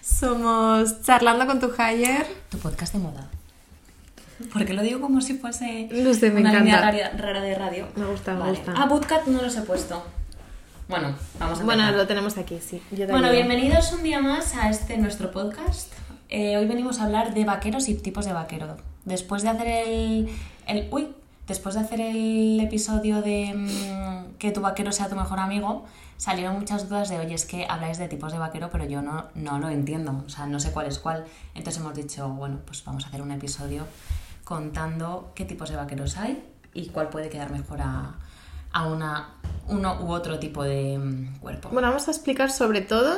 Somos Charlando con tu Hire. Tu podcast de moda. Porque lo digo como si fuese No sé, me una línea encanta. rara, rara de radio. Me gusta, me Vale. gusta. Ah, Bootcat no los he puesto. Bueno, vamos a Bueno, empezar. lo tenemos aquí, sí. Yo te Bueno, ayudo. bienvenidos un día más a este nuestro podcast. Eh, hoy venimos a hablar de vaqueros y tipos de vaquero. Después de hacer el, el- uy, después de hacer el episodio de mm, que tu vaquero sea tu mejor amigo, salieron muchas dudas de, oye, es que habláis de tipos de vaquero, pero yo no, no lo entiendo, o sea, no sé cuál es cuál. Entonces hemos dicho, bueno, pues vamos a hacer un episodio contando qué tipos de vaqueros hay y cuál puede quedar mejor a, a una, uno u otro tipo de mm, cuerpo. Bueno, vamos a explicar sobre todo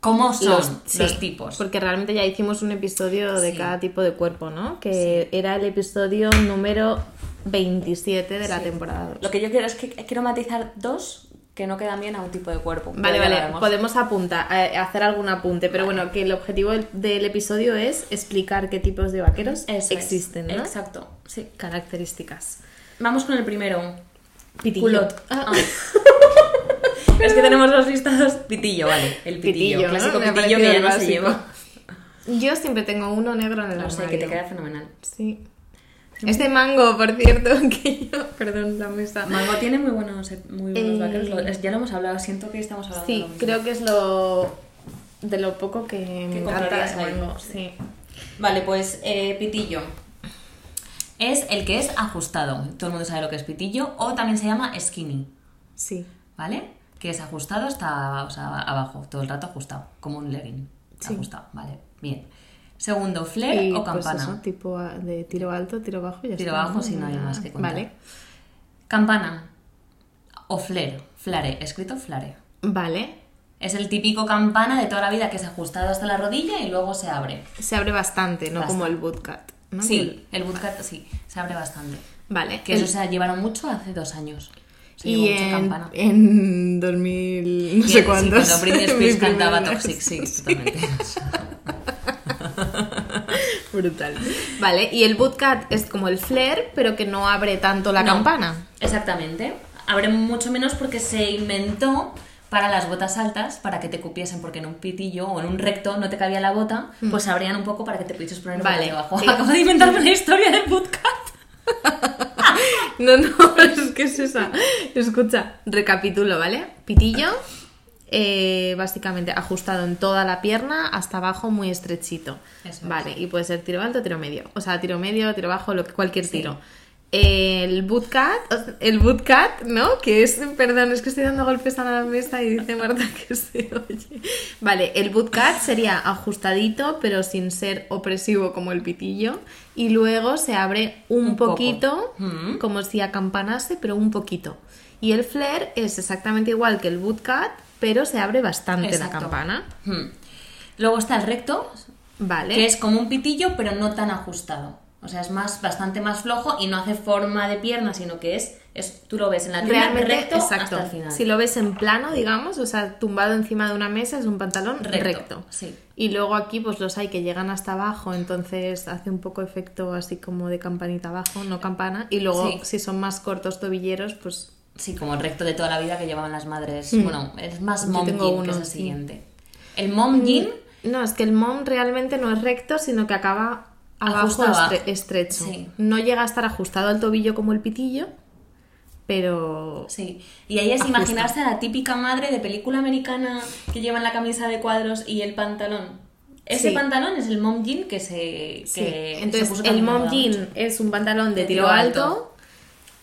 ¿Cómo son los, sí, tipos? Porque realmente ya hicimos un episodio de Sí. cada tipo de cuerpo, ¿no? Que era el episodio número 27 de la temporada. dos. Lo que yo quiero es que quiero matizar dos que no quedan bien a un tipo de cuerpo. Vale, Ya vale, hablaremos. podemos apuntar, eh, hacer algún apunte, pero bueno, que el objetivo del, del episodio es explicar qué tipos de vaqueros Eso es. existen, ¿no? Exacto. Sí, características. Vamos con el primero. Pitillo. Culot. Ah. Ah. es que tenemos los listados. Pitillo, vale. El pitillo. Pitillo, ¿no? clásico Me ha pitillo que parecido ya el no se básico. lleva. Yo siempre tengo uno negro en el No sé, armario. que te queda fenomenal. Sí. Este mango, por cierto, que yo... Perdón, la mesa. Mango tiene muy buenos, muy buenos Eh, vaqueros. Lo- es- Ya lo hemos hablado. Siento que estamos hablando de Sí, lo mismo. creo que es lo... De lo poco que, me encanta comprarías el ahí. mango. Sí. Vale, pues eh, pitillo. Es el que es ajustado. Todo el mundo sabe lo que es pitillo. O también se llama skinny. Sí. ¿vale? Que es ajustado hasta o sea, abajo, todo el rato ajustado, como un legging. Sí. Ajustado, vale, bien. Segundo, flare Y, ¿Eh? o pues campana. eso, tipo a- de tiro alto, tiro bajo y ya Tiro está, bajo, si no hay más que contar. Vale. Campana o flare, flare, escrito flare. Vale. Es el típico campana de toda la vida que es ajustado hasta la rodilla y luego se abre. Se abre bastante, no Bastante. como el bootcut. ¿no? Sí, el bootcut sí, se abre bastante. Vale. Que el- eso se llevaron mucho hace dos años. Se y llevó mucho en, campana. en 2000... No Sí, sé cuántos. Sí, cuando Britney mi Spears cantaba primer- Toxic, sí, totalmente. Brutal. Vale, y el bootcut es como el flare, pero que no abre tanto la No, campana. Exactamente. Abre mucho menos porque se inventó para las botas altas, para que te cupiesen, porque en un pitillo o en un recto no te cabía la bota, pues abrían un poco para que te pudieses poner botas Hmm. Vale. debajo. Sí. Acabo de inventarme la historia del bootcut. No, no, es que es esa. Escucha, recapitulo, ¿vale? Pitillo, eh, básicamente ajustado en toda la pierna, hasta abajo muy estrechito. Eso es. vale, y puede ser tiro alto, tiro medio. O sea, tiro medio, tiro bajo, lo que, cualquier tiro. El bootcut, el bootcut, ¿no? Que es, perdón, es que estoy dando golpes a la mesa y dice Marta que se oye. Vale, el bootcut sería ajustadito, pero sin ser opresivo como el pitillo. Y luego se abre un, Un poco. poquito, Mm. como si acampanase, pero un poquito. Y el flare es exactamente igual que el bootcut, pero se abre bastante Exacto. la campana. Hmm. Luego está el recto, Vale. que es como un pitillo, pero no tan ajustado. O sea, es más, bastante más flojo y no hace forma de pierna, sino que es, es tú lo ves en la tienda realmente recto exacto. hasta el final. Si lo ves en plano, digamos, o sea, tumbado encima de una mesa, es un pantalón recto. Sí. Y luego aquí, pues los hay que llegan hasta abajo, entonces hace un poco efecto así como de campanita abajo, no campana. Y luego, Sí. si son más cortos tobilleros, pues Sí, como el recto de toda la vida que llevaban las madres. Hmm. Bueno, es más Yo mom tengo jean, que uno, es el sí. Hmm. siguiente. El mom jean, No, es que el mom realmente no es recto, sino que acaba abajo Ajusta abajo. estre- estrecho. Sí. No llega a estar ajustado al tobillo como el pitillo, pero... sí. Y ahí es Ajusta. imaginarse a la típica madre de película americana que llevan la camisa de cuadros y el pantalón. Ese Sí. pantalón es el mom jean que se. Que Sí. que se Entonces, puso el también de mom moda jean mucho. es un pantalón de, De tiro, tiro alto, alto.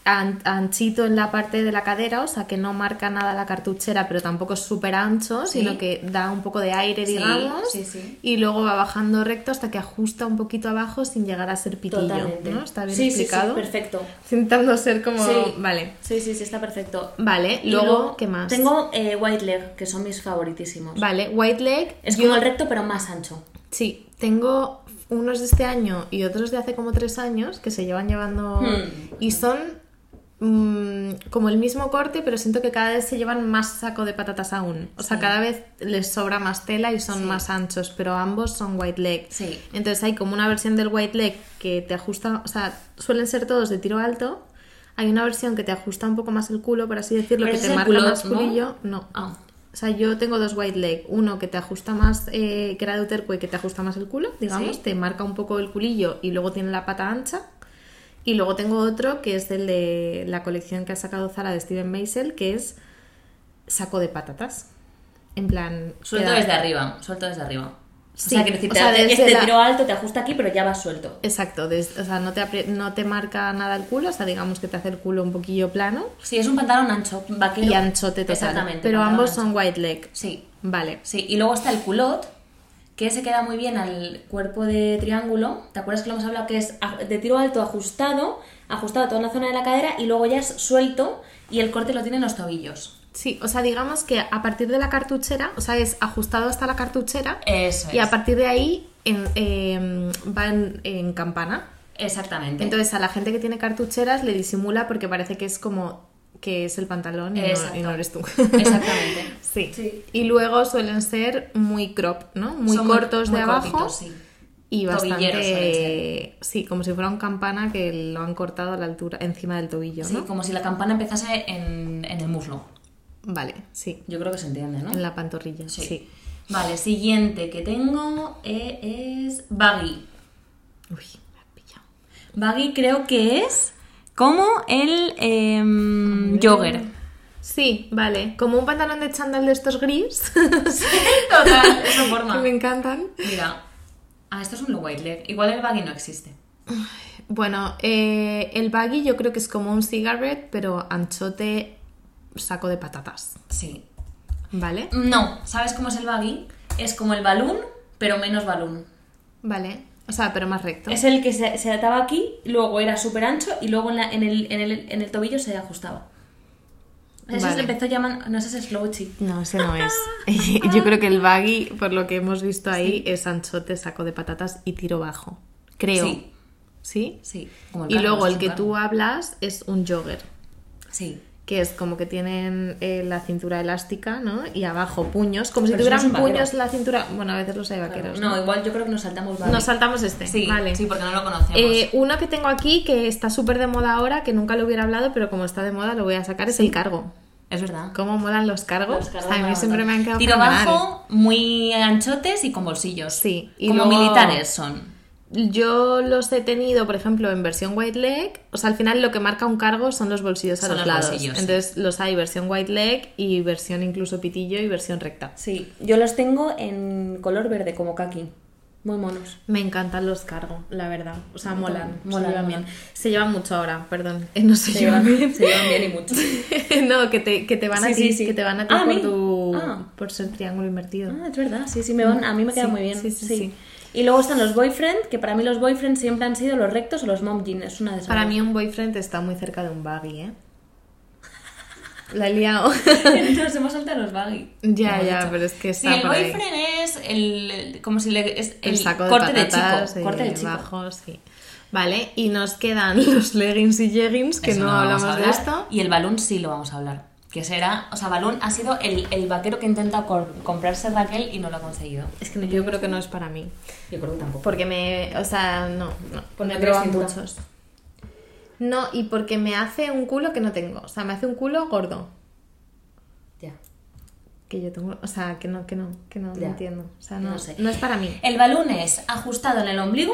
an- anchito en la parte de la cadera, o sea, que no marca nada la cartuchera, pero tampoco es súper ancho, Sí. sino que da un poco de aire, Sí, digamos, sí, sí. y luego va bajando recto hasta que ajusta un poquito abajo sin llegar a ser pitillo, Totalmente. ¿no? Está bien Sí, sí, sí, explicado. perfecto. Intentando ser como... Sí. Vale. Sí, sí, sí, está perfecto. Vale, Y luego, ¿qué más? Tengo eh, white leg, que son mis favoritísimos. Vale, White Leg. Es yo- como el recto, pero más ancho. Sí, tengo unos de este año y otros de hace como tres años que se llevan llevando. Hmm. Y son mm, como el mismo corte, pero siento que cada vez se llevan más saco de patatas aún. O sea, Sí. cada vez les sobra más tela y son más anchos, pero ambos son White Leg. Sí. Entonces hay como una versión del White Leg que te ajusta. O sea, suelen ser todos de tiro alto. Hay una versión que te ajusta un poco más el culo, por así decirlo, Pero que ese te es el marca culot, más ¿no? culillo. No. Ah. O sea, yo tengo dos white leg. Uno que te ajusta más, eh, que era de Uterque, que te ajusta más el culo, digamos, Sí. te marca un poco el culillo y luego tiene la pata ancha. Y luego tengo otro que es el de la colección que ha sacado Zara de Steven Meisel, que es saco de patatas. En plan. Suelto queda- desde arriba, suelto desde arriba. Sí, o sea, quiero decir, o sea, te- desde este la- tiro alto te ajusta aquí, pero ya vas suelto. Exacto, des- o sea, no te, apri- no te marca nada el culo, o sea, digamos que te hace el culo un poquillo plano Sí, es un pantalón ancho, vaquero. y anchote total. Exactamente. Pero pantalón ambos ancho. son white leg. Sí, Vale. sí. Y luego está el culot, que se queda muy bien al cuerpo de triángulo. ¿Te acuerdas que lo hemos hablado? Que es a- de tiro alto ajustado, ajustado a toda la zona de la cadera y luego ya es suelto y el corte lo tiene en los tobillos. Sí, o sea, digamos que a partir de la cartuchera, o sea, es ajustado hasta la cartuchera Eso y a partir de ahí en- em, va en, en campana. Exactamente. Entonces a la gente que tiene cartucheras le disimula porque parece que es como que es el pantalón y, no- Exacto. y no eres tú. Exactamente. sí. Sí. Y luego suelen ser muy crop, ¿no? Muy Son cortos muy de abajo. cortitos, sí. Y Tobilleros suelen bastante. Sí, como si fuera un campana que lo han cortado a la altura, encima del tobillo, Sí, ¿no? como si la campana empezase en, en el muslo. Vale, sí. Yo creo que se entiende, ¿no? En la pantorrilla, Sí. sí. Vale, siguiente que tengo eh, es Baggy. Uy, me has pillado. Baggy creo que es como el em, jogger. Sí, vale. Como un pantalón de chándal de estos gris, Total, esa que forma. me encantan. Mira, ah, esto es un white leg. Igual el baggy no existe. Bueno, eh, el baggy yo creo que es como un cigarette, pero anchote saco de patatas, Sí. ¿vale? No, ¿sabes cómo es el baggy? Es como el balón, pero menos balón. Vale. O sea, pero más recto. Es el que se, se ataba aquí, luego era súper ancho y luego en, la- en el, en, el, en el tobillo se ajustaba. Eso Vale. se empezó llamando, no sé si es slowchi. No, ese no es. Yo creo que el baggy, por lo que hemos visto ahí, es anchote, saco de patatas y tiro bajo. Creo. Sí, Sí. sí. Y luego el que tú hablas es un jogger, Sí. que es como que tienen eh, la cintura elástica, ¿no? Y abajo puños, como si Pero eso no es tuvieran un vaquero. puños en la cintura. Bueno, a veces los hay Claro, vaqueros. No, No, igual yo creo que nos saltamos Barbie. nos saltamos este. Sí, vale. sí, porque no lo conocemos. Eh, uno que tengo aquí que está súper de moda ahora, que nunca lo hubiera hablado, pero como está de moda lo voy a sacar, es el cargo. es verdad. ¿Cómo molan los cargos? Los cargos a mí molan siempre bastante. me han quedado Tiro fenomenal. bajo, muy anchotes y con bolsillos. Sí, y como luego- militares son. Yo los he tenido, por ejemplo, en versión white leg. O sea, al final lo que marca un cargo son los bolsillos a Son los, los lados. bolsillos, sí. Entonces los hay versión white leg y versión incluso pitillo y versión recta. Sí, yo los tengo en color verde, como kaki. Muy monos. Me encantan los cargos, la verdad. O sea, molan. también, molan, se llevan molan. bien. Se llevan mucho ahora, perdón. Eh, no se, Se llevan llevan, bien. se llevan bien y mucho. no, que te, que te van a Sí, ti, sí, sí. que te van a ti Ah, ¿a por mí? tu- Ah. por ser triángulo invertido. Ah, es verdad, sí, sí, me van, a mí me queda Sí, muy bien. sí, sí, sí. Y luego están los boyfriend, que para mí los boyfriend siempre han sido los rectos o los mom jeans, es una de esas. Para mí un boyfriend está muy cerca de un baggy, ¿eh? La he liado. Nos hemos saltado los baggy. Ya, Lo hemos ya, dicho. pero es que Sí, está el por ahí. boyfriend es el, el- como si le es el, el saco de corte de patatas eh, chico, corte de chico. bajo, sí. Vale, y nos quedan los leggings y jeggings, que Eso no, lo vamos hablamos a de hablar. esto. Y el balón sí lo vamos a hablar. Que será, o sea, balón ha sido el, el vaquero que intenta cor- comprarse Raquel y no lo ha conseguido. Es que no- yo creo que no es para mí. Yo creo que tampoco. Porque me. O sea, no. no Con me el proban tres cintura. muchos. No, y porque me hace un culo que no tengo. O sea, me hace un culo gordo. Ya. Que yo tengo. O sea, que no, que no, que no, no Ya. entiendo. O sea, no, No sé. no es para mí. El balón es ajustado en el ombligo,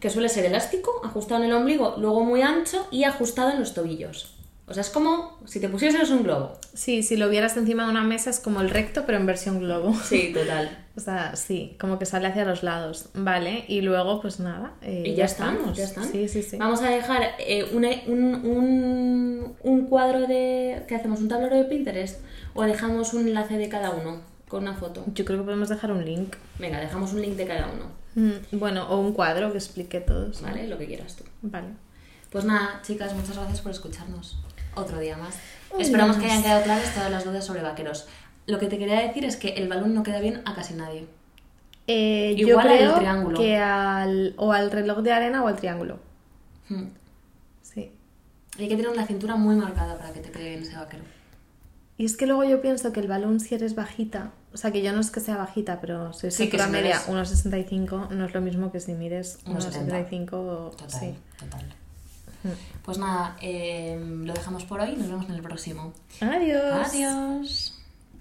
que suele ser elástico, ajustado en el ombligo, luego muy ancho y ajustado en los tobillos. O sea, es como si te pusieses un globo. Sí, si lo vieras encima de una mesa es como el recto, pero en versión globo. Sí, total. O sea, sí, como que sale hacia los lados. Vale, y luego, pues nada. eh, Y ya, están, ya están. Sí, sí, sí. Vamos a dejar eh, una- un, un- un cuadro de... ¿Qué hacemos? ¿Un tablero de Pinterest? ¿O dejamos un enlace de cada uno con una foto? Yo creo que podemos dejar un link. Venga, dejamos un link de cada uno, Mm, Bueno, o un cuadro que explique todos. ¿vale? Lo que quieras tú. Vale. Pues nada, chicas, muchas gracias por escucharnos. Otro día más. Un Esperamos día que más. hayan quedado claras todas las dudas sobre vaqueros. Lo que te quería decir es que el balón no queda bien a casi nadie. Eh, Igual yo al creo triángulo. que al, o al reloj de arena o al triángulo. Hmm. Sí. Hay que tener la cintura muy marcada para que te quede bien ese vaquero. Y es que luego yo pienso que el balón si eres bajita, o sea que yo no es que sea bajita, pero si es Sí, que altura si no media eres- 1,65 no es lo mismo que si mires 1,70. 1,75 o... Total, Sí. Mm. total. Pues nada, eh, lo dejamos por hoy. Nos vemos en el próximo. Adiós. Adiós.